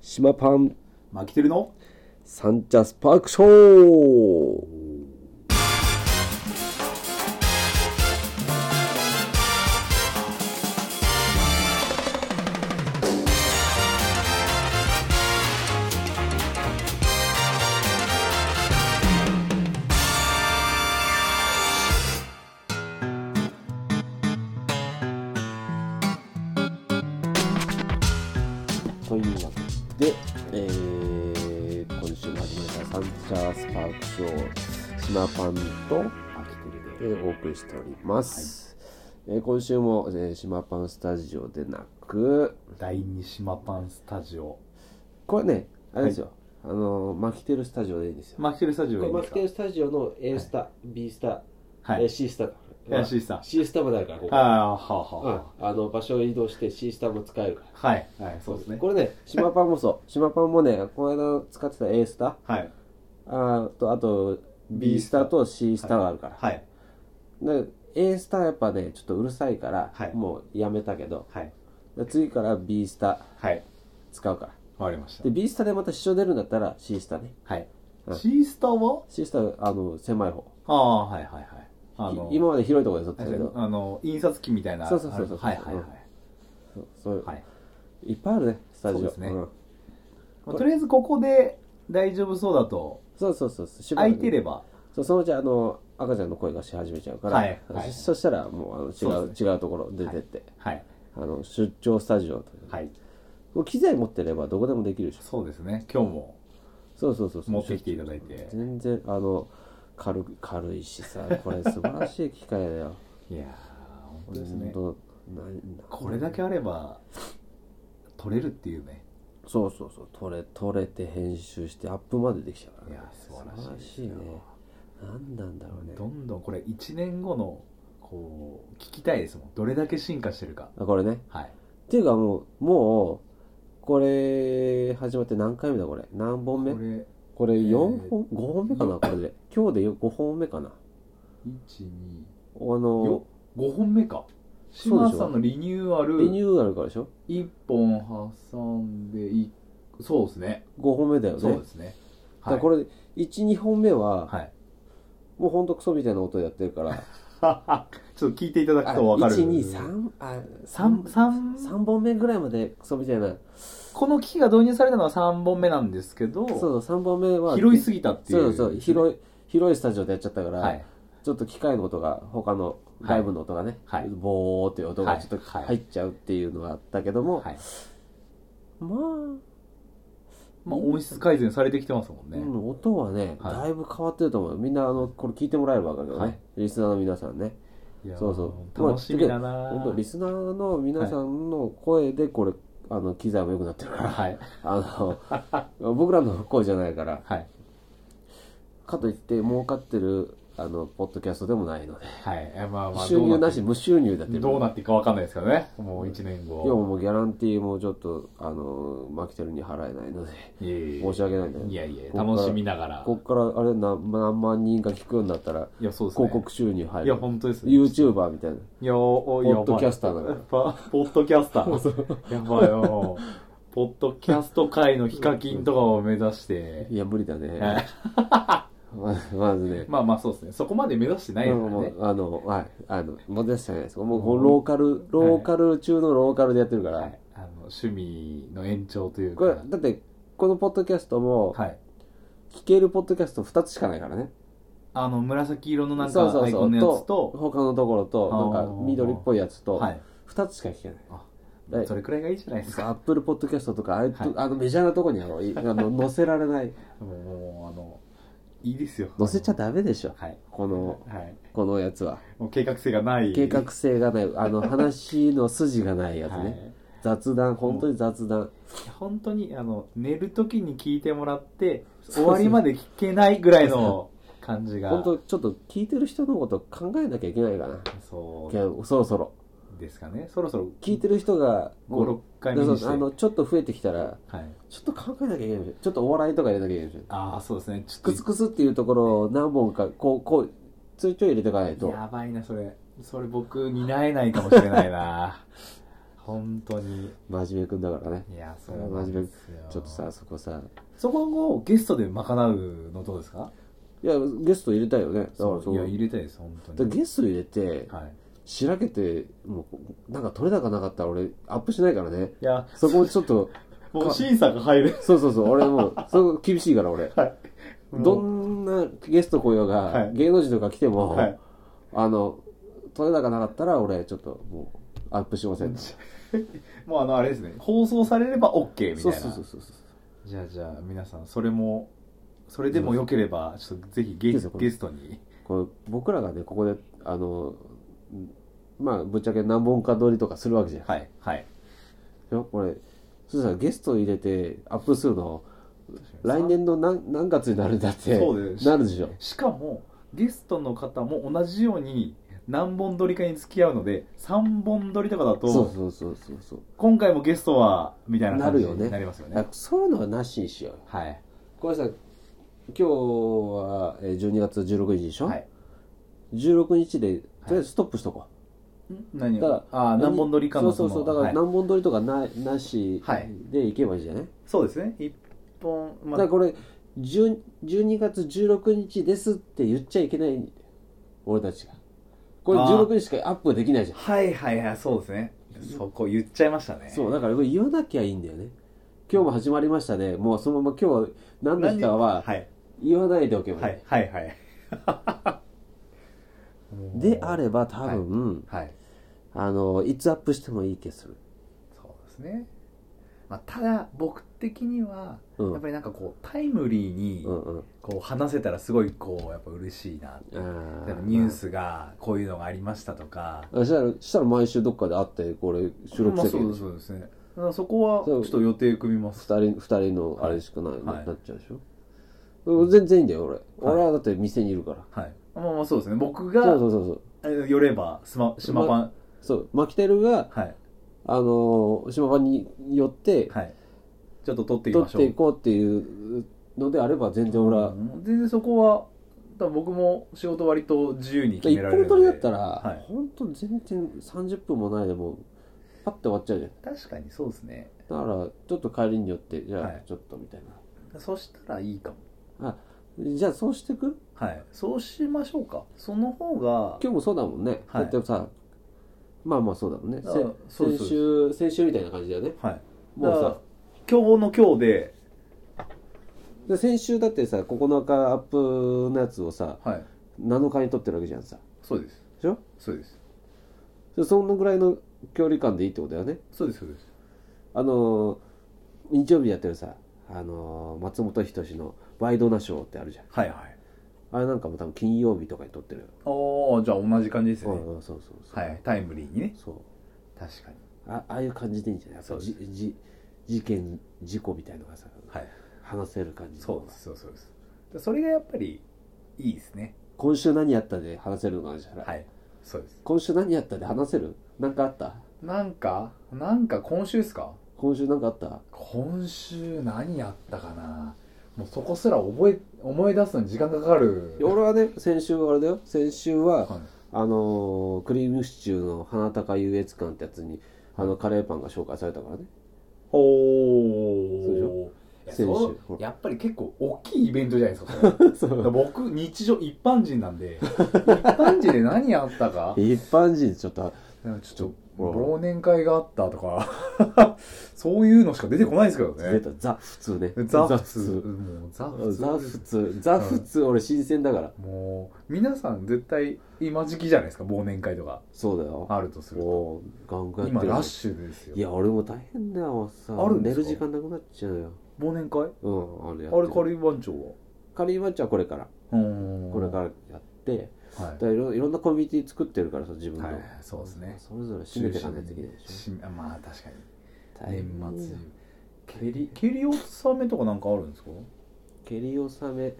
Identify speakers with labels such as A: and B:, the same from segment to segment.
A: 島パン
B: マキテルの
A: サンチャスパークショーというわけで、えー、今週も始めたサンチャースパークショー島パンと、
B: マキテル
A: え
B: で
A: ーお送りしております、えー今週も、えー島パンスタジオでなく
B: 第二島パンスタジオ
A: これねあれですよ、あのーマキテルスタジオでいいんですよ
B: マキテルスタジオ
A: こ
B: がい
A: れ
B: いで
A: マ
B: す
A: キ
B: か
A: テルスタジオの A スタ、B スタ、
B: はい
A: えー C スタか
B: いや C スタ
A: C スタまであるからここ
B: ああはあは
A: うん、あの場所を移動して C スタも使えるから
B: あはいはいそうですね
A: これね島パンも そう島パンもねこの間使ってた A スタ
B: はい
A: あーとあと B スターと C スターがあるから、
B: はい
A: で A スターやっぱねちょっとうるさいから、
B: はい
A: もうやめたけど
B: はい
A: で次から B スター
B: はい
A: 使うから
B: わかりました
A: で B スターでまた支障出るんだったら C スターね
B: はい
A: うん
B: C スタは
A: C スターあの狭い方
B: ああはいはいはいあの
A: い今まで広いところで撮ってたけど
B: あの印刷機みたいな
A: そうそうそうそう
B: はいはいはい
A: そうそういう、
B: はい
A: い、っぱいあるねスタジオ
B: そうですね
A: ん
B: まあとりあえずここで大丈夫そうだと
A: そうそうそうそうしばら
B: 空
A: く
B: いてれば
A: そうそのうちあの赤ちゃんの声がし始めちゃうから、
B: はいはい
A: そそしたらもうあの違
B: そう
A: う
B: で
A: 違うところ出てって、
B: はい
A: あの出張スタジオという
B: はい
A: もう機材持ってればどこでもできるでしょ
B: そうですね今日も
A: そうそうそうそう
B: 持ってきていただいて
A: 全然あの軽く軽いしさこれ素晴らしい機械だよ
B: いやー本当 ですね
A: ほんとなんだ
B: これだけあれば取れるっていうね
A: そうそうそう撮れ撮れて編集してアップまでできちゃうからね
B: いや素晴らしいです
A: 素晴
B: よ
A: らしいね何なんだろうね
B: どんどんこれ1年後のこう聞きたいですもんどれだけ進化してるか
A: あこれね
B: はい
A: っていうかもうもうこれ始まって何回目だこれ何本
B: こ
A: 目
B: れ
A: これ
B: 1
A: 4本、5本目かなこれで今日で5本目かなあの
B: 25本目か
A: そうでしょ
B: 島さんのリニューアル
A: リニューアルからでしょ
B: 1本挟んでいそうですね
A: 5本目だよね
B: そうですね
A: だからこれ12本目は、
B: はい
A: もうほんとクソみたいな音やってるから
B: ちょっと聞いていただくと分かる
A: 123あ
B: 三
A: 三
B: 三
A: 三本目ぐらいまでクソみたいな
B: この機器が導入されたのは3本目なんですけど
A: そうそう3本目は
B: 広いすぎたってい
A: そううそう広い広いスタジオでやっちゃったから、
B: はい
A: ちょっと機械の音が他の外部の音がね、
B: はい
A: ボーっていう音がちょっと
B: はい
A: 入っちゃうっていうのがあったけども、
B: はい
A: ま
B: まあ、音質改善されてきてますもん
A: あ、
B: ね、
A: うん音はね、
B: はい
A: だいぶ変わってると思うみんなあのこれ聞いてもらえれば分かるけどね、
B: はい
A: リスナーの皆さんね
B: いやー
A: そうそう
B: 楽しみだな
A: まあ
B: ー
A: 本当リスナーの皆さんの声でこれ、あの機材も良くなってるから、
B: はい
A: あの 僕らの声じゃないから
B: はい
A: かといって儲かってるあのポッドキャストでもないので
B: はいえまあまあ
A: 収入な
B: ど
A: し無収入だって
B: うなどう
A: な
B: なっていくかわかんないですからねもう1年後
A: 要はもうギャランティーもちょっとあのマキテルに払えないので
B: いやいやいや
A: 申し訳ないんだけ
B: い
A: ど
B: やいや
A: こっから
B: 楽しみながら
A: こっからあれ何何万人が聞くようになったら
B: いやそうですね
A: 広告収入入
B: いや
A: る
B: 本当ですね
A: YouTuber みたいな
B: やお
A: ポッドキャスターだ から
B: やばいポッドキャ スターやばいよポッドキャスト界のヒカキンとかを目指して
A: いや無理だね
B: はい
A: まずまずね
B: まあまあそうですねそこまで目指してないですから
A: も
B: ね
A: うあのはいあのモデスじゃないですもうこうローカルローカル中のローカルでやってるから、
B: はい、あの趣味の延長というか
A: これだってこのポッドキャストも
B: はい
A: 聞けるポッドキャスト2つしかないからね
B: あの紫色のなん
A: そう
B: か
A: そ
B: ア
A: う
B: イ
A: そ
B: コ
A: う
B: ンのやつと
A: 他のところとな
B: あ
A: ん
B: ー
A: か緑っぽいやつと
B: はい
A: 2つしか聞けない
B: あ
A: はい
B: それくらいがいいじゃないですか
A: アップルポッドキャストとかああいうと
B: はい
A: あのメジャーなとこにあのいあ の載せられない
B: もうもうあのいいですよ
A: 載せちゃダメでしょ
B: はい
A: この
B: はい
A: このやつは
B: もう計画性がない
A: 計画性がないあの話の筋がないやつね、
B: はい
A: 雑談本当に雑談
B: いや本当にあの寝る時に聞いてもらって終わりまで聞けないぐらいの感じが
A: 本当ちょっと聞いてる人のこと考えなきゃいけないかな
B: そ
A: いやそろそろ
B: うですかねそろそろ
A: 聞いてる人がもう
B: 56回目にして
A: そうあのちょっと増えてきたら
B: はい、
A: ちょっと考えなきゃいけないちょっとお笑いとか入れなきゃいけない
B: ああそうですねちょ
A: ク
B: っ
A: スクスっていうところを何本かこうこうちょいちょい入れていかない
B: と
A: と
B: やばいなそれそれ僕担えないかもしれないな 本当に。
A: 真面目くんだからね
B: いや、そうな
A: 真
B: ん
A: 面
B: で
A: 目
B: すよ。
A: ちょっとさそこさ
B: そこをゲストで賄うのどうですか
A: いやゲスト入れたいよねだから
B: そう
A: その
B: いや、入れたいです、本当
A: だ
B: に。
A: ゲスト入れて、
B: はい。
A: しらけてもうなんか取れ高なかったら俺アップしないからね
B: いや、
A: そこちょっ と
B: もう審査が入る。
A: そうそうそう俺もうそこ厳しいから俺
B: はい。
A: どんなゲスト来ようが、
B: はい
A: 芸能人とか来ても、
B: はい
A: あの取れ高なかったら俺ちょっともうアップしません
B: もうあの、あれですね。放送されれば OK みたいな。
A: そうそうそうそう
B: じゃあじゃあ皆さんそれもそれでもよければちょっとぜひゲ
A: いいですよこれ
B: ゲストに
A: この僕らがねここであのまあぶっちゃけ何本か撮りとかするわけじゃん、
B: はいはい
A: いやこれそしたらゲスト入れてアップするの来年の何何月になるんだって
B: そうです
A: なるでしょ
B: しかもゲストの方も同じように何本撮りかに付き合うので3本撮りとかだと
A: そうそうそうそうそう
B: 今回もゲストはみたいな
A: な
B: 感
A: る
B: じ
A: よね
B: になりますよね
A: だからそういうのはなしにしようよ
B: はい
A: これさ今日はえー12月16日でしょ、
B: はい
A: 16日でとりあえずストップしとこ
B: ん何
A: う、だか
B: を
A: ら
B: ああ何本撮りかの
A: そうそうそうだ
B: の
A: から
B: はい
A: 何本撮りとかな,、なし
B: はい
A: でいけばいいじゃない、
B: そうですね1本ま
A: だ
B: あ
A: からこれ10 12月16日ですって言っちゃいけない俺たちがこれ
B: あー
A: 16日しかアップできないじゃん
B: はいはいはいそうですねそこ言っちゃいましたね
A: そうだからこれ言わなきゃいいんだよね今日も始まりましたねもうそのまま今日何の日かは
B: はい
A: 言わないでおけば
B: はい
A: い、
B: いはいはい
A: であれば多分、
B: はい
A: あのいつアップしてもいい気がする
B: そうですね、まあ、ただ僕的には
A: うん
B: やっぱりなんかこうタイムリーに
A: うんうん
B: こう話せたらすごいこうやっぱ嬉しいな
A: あー
B: 例えばニュースがこういうのがありましたとか
A: あしたらしたら毎週どっかで会ってこれ収録
B: まあ
A: して
B: そ
A: る
B: うそうですねだからそこはち
A: そ
B: ょ
A: う
B: っと予定組みます
A: 2人二人のあれしかない、
B: はい
A: なっちゃうでしょうん全然いいんだよ俺、俺はだって店にいるから
B: はいまあまあそうですね僕
A: そう
B: が
A: そうそうそう
B: え寄ればスマ島パン
A: そうマキテルが
B: はい
A: あのー島場に寄って
B: はいちょっと撮っていき
A: 撮
B: ま
A: っ
B: しょう
A: ていこうっていうのであれば全然俺は、
B: うん全然そこは多分僕も仕事割と自由に決
A: 一
B: められる
A: 本撮
B: ので
A: りだったら、
B: はい
A: 本当全然30分もないでもうパッて終わっちゃうじゃん
B: 確かにそうですね
A: だからちょっと帰りによってじゃ
B: は
A: あ
B: い
A: ちょっとみたい
B: そしたらいいかも
A: な、あじゃあそうしてく
B: はいそうしましょうかその方が
A: 今日もそうだもんね、
B: はい
A: だってさまあまあそうだもんね
B: あ
A: せ
B: そうで
A: 先
B: す
A: 週先週みたいな感じだよね
B: はい
A: もう
B: だから
A: さ
B: 今日の今日で
A: で先週だってさ9日アップのやつをさ
B: はい
A: 7日に撮ってるわけじゃんさ
B: そうです
A: でしょ
B: そうです
A: でそのぐらいの距離感でいいってことだよね
B: そうですそうです
A: あのー日曜日やってるさあのー松本人志のワイドナショーってあるじゃん
B: はいはい
A: あれなんかも多分金曜日とかに撮ってるよ、
B: ああじゃあ同じ感じです
A: う
B: ね、
A: んうんそうそうそう、
B: はいタイムリーにね
A: そう
B: 確かに
A: あああいう感じでいいんじゃないやっぱ
B: そうで
A: じじ事件事故みたいのがさ
B: はい
A: 話せる感じ
B: そうですそうですそうですでそれがやっぱりいいですね
A: 今週何やったで話せるのかなじゃあ
B: はいそうです
A: 今週何やったで話せるなんかあった
B: なんかなんか今週ですか
A: 今週なんかあった
B: 今週何やったかなもうそこすら覚え思い出すのに時間かかる
A: いや俺はね先週はあれだよ先週は、
B: はい
A: あのークリームシチューの花高優越感ってやつにあのカレーパンが紹介されたからね そうでし
B: お
A: 選手
B: そ
A: ほ
B: う
A: ら
B: やっぱり結構大きいイベントじゃないですか それ僕日常一般人なんで一般人で何やったか
A: 一般人ちょっと
B: なんかちょっと
A: ほら
B: 忘年会があったとか そういうのしか出てこないですけど
A: 出
B: ね
A: たザ普通ね
B: ザ普通
A: 普
B: もうザ
A: 通
B: 普
A: ザ
B: 通で
A: 普
B: す
A: 通ザ普通俺新鮮だから
B: もう皆さん絶対今時期じゃないですか忘年会とか
A: そうだよ
B: あるとすると
A: もうガンガンやっ
B: 今
A: てる
B: ラッシュですよ
A: いや俺も大変だよさ
B: あるん
A: 寝
B: ですか
A: る時間なくなっちゃうよ
B: 忘年会
A: うんあれやって
B: あれ
A: る
B: カリー番長は
A: カリーマッチはこれから
B: うん
A: これからやって
B: はい
A: だからいろいろんなコミュニティ作ってるからさ自分の、
B: はいそうですね
A: それぞれ締めていかないといけないでし
B: しまあ確かに
A: ょ
B: 年
A: 大変
B: 末蹴り蹴り納めとかなんかあるんですか
A: 蹴り納め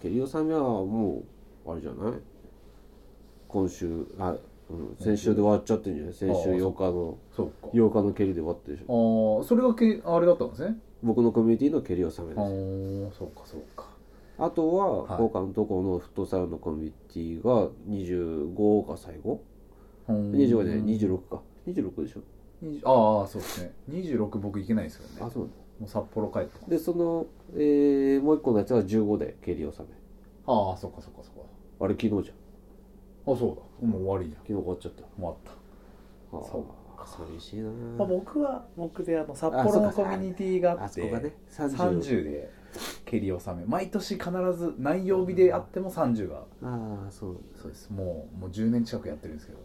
A: 蹴り納めはもうあれじゃない今週あ、うん、先週で終わっちゃってるんじゃない先週
B: ああ
A: 8日の
B: そうか
A: 8日の蹴りで終わってるでし
B: あ
A: ょ
B: あそれがけあれだったんですね
A: 僕のコミュニティの蹴り納め
B: ああ
A: です
B: そうかそうか
A: あとは
B: はい
A: 福岡のとこのフットサルのコミュニティが25が最後
B: 25
A: 25じゃない26か26でしょ
B: 20ああそうですね26僕行けないですよね
A: あそうなんだ
B: もう札幌帰って
A: でその、えーもう一個のやつは15で蹴り納め
B: ああそっかそっかそっか
A: あれ昨日じゃん
B: あそうだもう終わりじゃん
A: 昨日終わっちゃった
B: 終わった
A: あ
B: そう
A: あ寂しいな
C: まあ、僕は僕であの札幌のコミュニティがあ
A: あ
C: っ
A: そ
C: て
A: こがね30
B: 30で蹴り納め毎年必ず何曜日であっても30が
A: ああそう
B: そうですもうもう10年近くやってるんですけど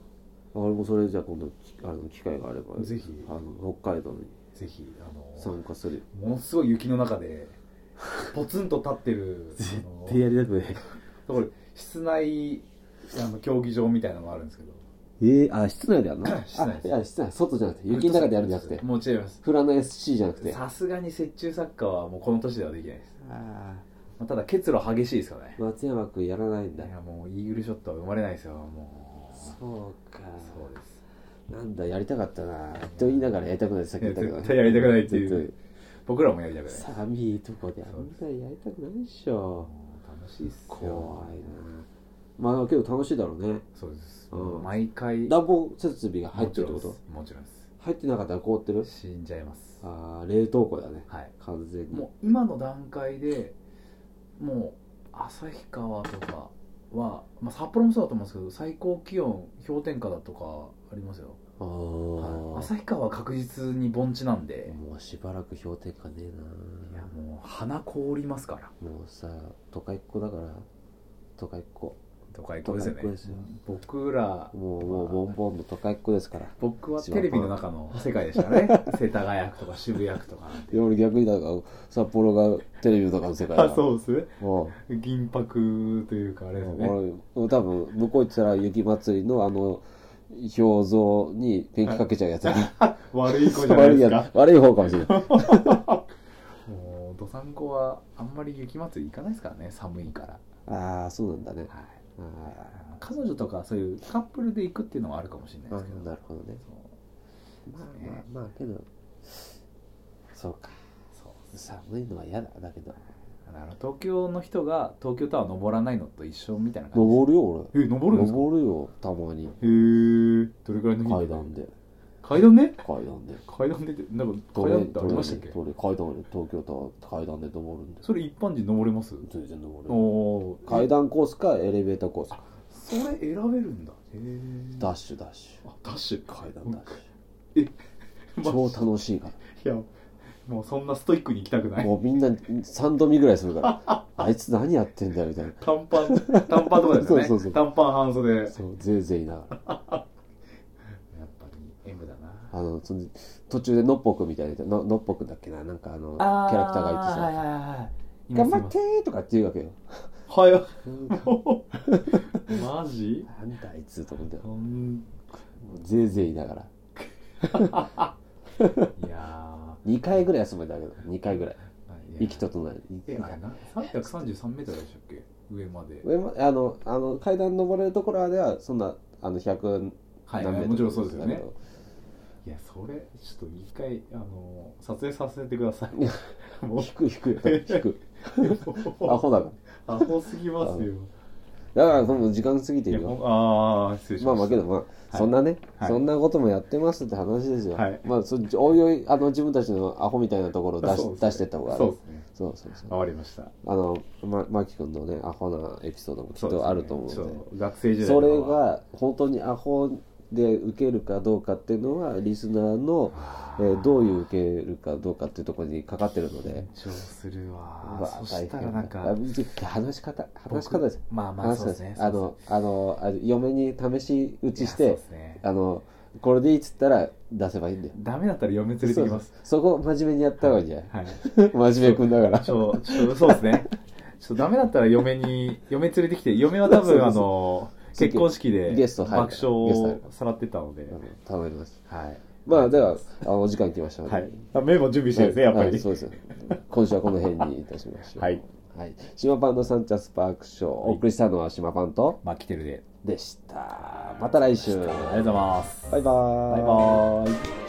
A: 俺もそれじゃあ今度きあの機会があれば
B: ぜひ
A: あの北海道に
B: ぜひあの
A: 参加する
B: ものすごい雪の中でポツンと立ってるあの
A: やりたくない
B: ところ室内あの競技場みたいなのがあるんですけど
A: ええあ室内でやるの
B: 室内です
A: あいや室内外じゃなくて雪の中でやるんじゃなくて
B: もちろんです
A: フラの SC じゃなくて
B: さすがに雪中サッカーはもうこの年ではできないです、
A: あ
B: まあ、ただ結露激しいですからね
A: ー松山君やらないんだ
B: いやもうイーグルショットは生まれないですよもう
A: そうか
B: そうです
A: なんだやりたかったなと言いながらやりたくないさっき言ったけど
B: いや絶対やりたくないっていう
A: 絶
B: 僕らもやりたくない
A: 対寒いとこであんなやりたくないでしょ
B: もう楽しいっすよ
A: 怖いまあけど楽しいだろうね
B: そうです、
A: うん
B: 毎回
A: 暖房設備が入ってるってこ
B: もちろん
A: と
B: ですもちろんです
A: 入ってなかったら凍ってる
B: 死んじゃいます
A: ああ冷凍庫だね
B: はい
A: 完全に
B: もう今の段階でもう旭川とかは、まあ、札幌もそうだと思うんですけど最高気温氷点下だとかありますよ
A: ああ、
B: はい旭川は確実に盆地なんで
A: もうしばらく氷点下ね
B: い
A: え
B: や
A: な
B: もう鼻凍りますから
A: もうさ都会っ子だから都会っ子
B: 都会
A: 都
B: 校
A: 会
B: で
A: っ
B: すよね
A: 子ですよ
B: 僕ら
A: もうもうボンボンの都会っ子ですから
B: 僕はテレビの中の世界でした ね世田谷区とか渋谷区とか
A: いや俺逆にだから札幌がテレビの中の世界だから
B: うですね
A: も
B: 銀箔というかあれ
A: う
B: です
A: ん
B: ね
A: 俺多分向こう行ったら雪祭りのあの表像にペンキかけちゃうやつ だ
B: 悪い子じゃない
A: 悪い
B: です
A: や
B: か
A: つ 悪い方かもしれない
B: もうどさんこはあんまり雪祭り行かないですからね寒いから、
A: ああそうなんだね
B: はい、
A: あ
B: 彼女とかそういうカップルで行くっていうのはあるかもし
A: ー
B: れないで
A: あ
B: すけど
A: なるほどね
B: そう
A: まあまあまあけどそうか
B: そう
A: 寒いのは嫌だだけど
B: だから東京の人が東京タワー登らないのと一緒みたいな感じ
A: 登るよ俺
B: え登るんですか
A: 登るよたまに
B: へえどれくらいの
A: 階段で
B: 階段ね
A: 階段で
B: 階段でってなんか
A: ト
B: 階
A: レ
B: 段ってありましたっけ
A: トレ階段で東京タワー階段で登るんで
B: それ一般人登れます
A: 全然登る
B: お
A: よ
B: おー
A: 階段コースかエレベーターコース
B: それ選べるんだへえ
A: ダッシュダッシ
B: あダッシ
A: ュ
B: ュ
A: 階段ダッシュ
B: まあ
A: 超楽しいか
B: いやもうそんなストイックに行きたくな
A: ら
B: い
A: もうみんな3度見ぐらいするから あいつ何やってんだよみたいな
B: 短パン短パンとかですよね
A: そうそうそう
B: 短パン半袖やっ
A: そうぜいぜい言いながら
B: ぱり M だな
A: あのその途中でのっぽくんみたいなののっぽくんだっけななんかあのキャラクターがいて
B: はい
A: さ
B: はいは
A: 「
B: い
A: 頑張って!」とかって言うわけよ
B: はいは
A: なんか
B: い マジ
A: なんだあいつと思って
B: うん
A: ぜいぜい言いながら
B: いや
A: 2回ぐらい休めたけど2回ぐらい
B: ー
A: 息整え
B: えあれな333メートルでしたっけ上まで
A: 上まあのあの階段登れるところではそんなあの100
B: はい
A: 何メートル
B: もちろんそうですよ
A: だ
B: ね
A: けど
B: いやそれちょっと一回あのー撮影させてくださいもう
A: 引く引くよ引く アホだか
B: アホすぎますよ
A: らだからもう時間過ぎて
B: い
A: る
B: や
A: よ
B: ほんああ失礼し
A: まあ
B: ま
A: まあ
B: し
A: け
B: た
A: どまあそんなね、
B: はい
A: そんなこともやってますって話ですよ、
B: はい
A: まあそおいおいあの自分たちのアホみたいなところを出し,、
B: そうですね
A: 出してった方が
B: そうですね
A: そうそうそう
B: わかりました
A: あのまマキ君のねアホなエピソードもきっとあると思う
B: そ
A: の
B: う
A: で
B: ですねそう学生時代
A: それ
B: の方は
A: が本当にアホで受けるかどうかっていうのはリスナーの、えーどういう受けるかどうかっていうところにかかってるので
B: 緊張するわ
A: うわ
B: そしたらなん
A: 大
B: か
A: 変だあ話し方話し方です
B: 僕まあまあ
A: 話し方
B: そうですね
A: あのあのあ嫁に試し打ちし
B: いや
A: て
B: そうですね
A: あのこれでいいっつったら出せばいいんだよ
B: ダメだったら嫁連れてき
A: そうそ
B: ま
A: う
B: す
A: そこ真面目にやった方がいいんじゃない、
B: はい
A: 真面目くんだから
B: ちょちょそうですねちょっとダメだったら嫁に嫁連れてきて嫁は
A: そ
B: 多
A: うそう
B: 分
A: そう
B: あの
A: そう
B: 結婚式で
A: ゲスト入る
B: 爆笑
A: ゲスト入る
B: をさらってたので
A: あの頼みます
B: はい
A: まあではあのお時間来ましたので、
B: はいあメモ準備してるんですねやっぱ
A: はい
B: り
A: そうですよ今週はこの辺にいたしましょう
B: はい、
A: はい、島パンのサンチャスパークショーお送りしたのは島パンと
B: まあ来てるで
A: でしたまた来週
B: ありがとうございます
A: バイバーイ
B: バイバーイ